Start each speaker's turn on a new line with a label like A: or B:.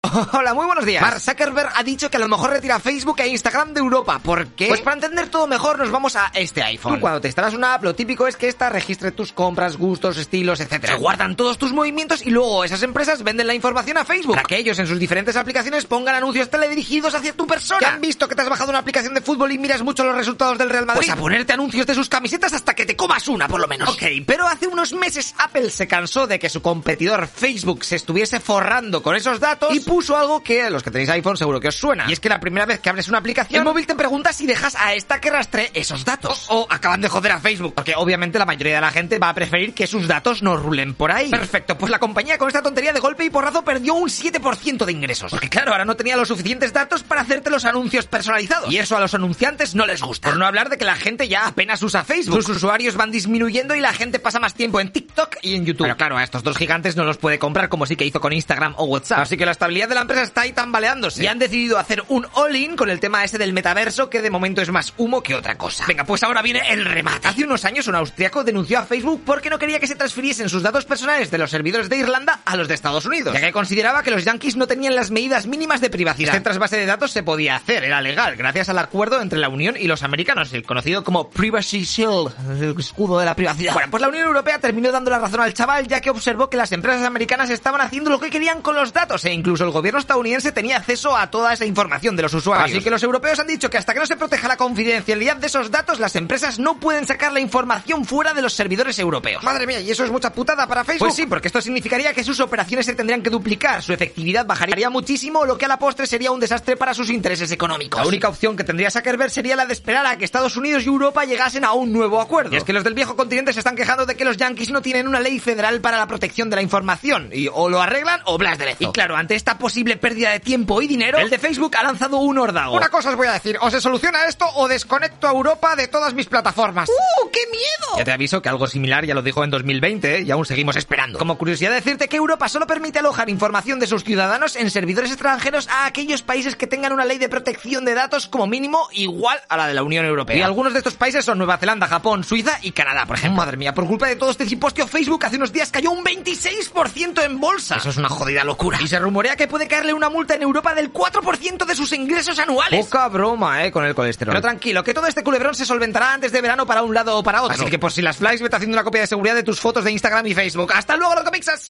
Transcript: A: Hola, muy buenos días.
B: Mark Zuckerberg ha dicho que a lo mejor retira Facebook e Instagram de Europa. ¿Por qué?
A: Pues para entender todo mejor nos vamos a este iPhone.
B: Tú cuando te instalas una app, lo típico es que esta registre tus compras, gustos, estilos, etc.
A: Se guardan todos tus movimientos y luego esas empresas venden la información a Facebook.
B: Para que ellos en sus diferentes aplicaciones pongan anuncios teledirigidos hacia tu persona.
A: ¿Ya han visto que te has bajado una aplicación de fútbol y miras mucho los resultados del Real Madrid?
B: Pues a ponerte anuncios de sus camisetas hasta que te comas una, por lo menos.
A: Ok, pero hace unos meses Apple se cansó de que su competidor Facebook se estuviese forrando con esos datos
B: Y puso algo que los que tenéis iPhone seguro que os suena. Y es que la primera vez que abres una aplicación,
A: el móvil te pregunta si dejas a esta que rastree esos datos.
B: o acaban de joder a Facebook. Porque obviamente la mayoría de la gente va a preferir que sus datos no rulen por ahí.
A: Perfecto, pues la compañía con esta tontería de golpe y porrazo perdió un 7% de ingresos.
B: Porque claro, ahora no tenía los suficientes datos para hacerte los anuncios personalizados.
A: Y eso a los anunciantes no les gusta.
B: Por no hablar de que la gente ya apenas usa Facebook.
A: Sus usuarios van disminuyendo y la gente pasa más tiempo en TikTok y en YouTube.
B: Pero claro, a estos dos gigantes no los puede comprar como sí que hizo con Instagram o WhatsApp. Así que la estabilidad de la empresa está ahí tambaleándose.
A: Y han decidido hacer un all-in con el tema ese del metaverso que de momento es más humo que otra cosa.
B: Venga, pues ahora viene el remate.
A: Hace unos años un austriaco denunció a Facebook porque no quería que se transfiriesen sus datos personales de los servidores de Irlanda a los de Estados Unidos, ya que consideraba que los yankees no tenían las medidas mínimas de privacidad.
B: Este trasvase de datos se podía hacer, era legal, gracias al acuerdo entre la Unión y los americanos, el conocido como Privacy Shield, el escudo de la privacidad.
A: Bueno, pues la Unión Europea terminó dando la razón al chaval ya que observó que las empresas americanas estaban haciendo lo que querían con los datos e incluso el gobierno estadounidense tenía acceso a toda esa información de los usuarios.
B: Así que los europeos han dicho que hasta que no se proteja la confidencialidad de esos datos, las empresas no pueden sacar la información fuera de los servidores europeos.
A: Madre mía, ¿y eso es mucha putada para Facebook?
B: Pues sí, porque esto significaría que sus operaciones se tendrían que duplicar, su efectividad bajaría muchísimo, lo que a la postre sería un desastre para sus intereses económicos.
A: La única opción que tendría Zuckerberg sería la de esperar a que Estados Unidos y Europa llegasen a un nuevo acuerdo.
B: Y es que los del viejo continente se están quejando de que los yanquis no tienen una ley federal para la protección de la información, y o lo arreglan o blas de lezo.
A: Y claro, ante esta posible pérdida de tiempo y dinero,
B: el de Facebook ha lanzado un hordago.
C: Una cosa os voy a decir, o se soluciona esto o desconecto a Europa de todas mis plataformas.
A: ¡Uh, qué miedo!
B: Ya te aviso que algo similar ya lo dijo en 2020 ¿eh? y aún seguimos esperando.
A: Como curiosidad decirte que Europa solo permite alojar información de sus ciudadanos en servidores extranjeros a aquellos países que tengan una ley de protección de datos como mínimo igual a la de la Unión Europea.
B: Y algunos de estos países son Nueva Zelanda, Japón, Suiza y Canadá, por ejemplo.
A: Madre mía, por culpa de todo este cipostio, Facebook hace unos días cayó un 26% en bolsa.
B: Eso es una jodida locura.
A: Y se rumorea que puede caerle una multa en Europa del 4% de sus ingresos anuales.
B: Poca broma, eh, con el colesterol.
A: Pero tranquilo, que todo este culebrón se solventará antes de verano para un lado o para otro.
B: Así que por si las flies, vete haciendo una copia de seguridad de tus fotos de Instagram y Facebook.
A: Hasta luego, Locomixas.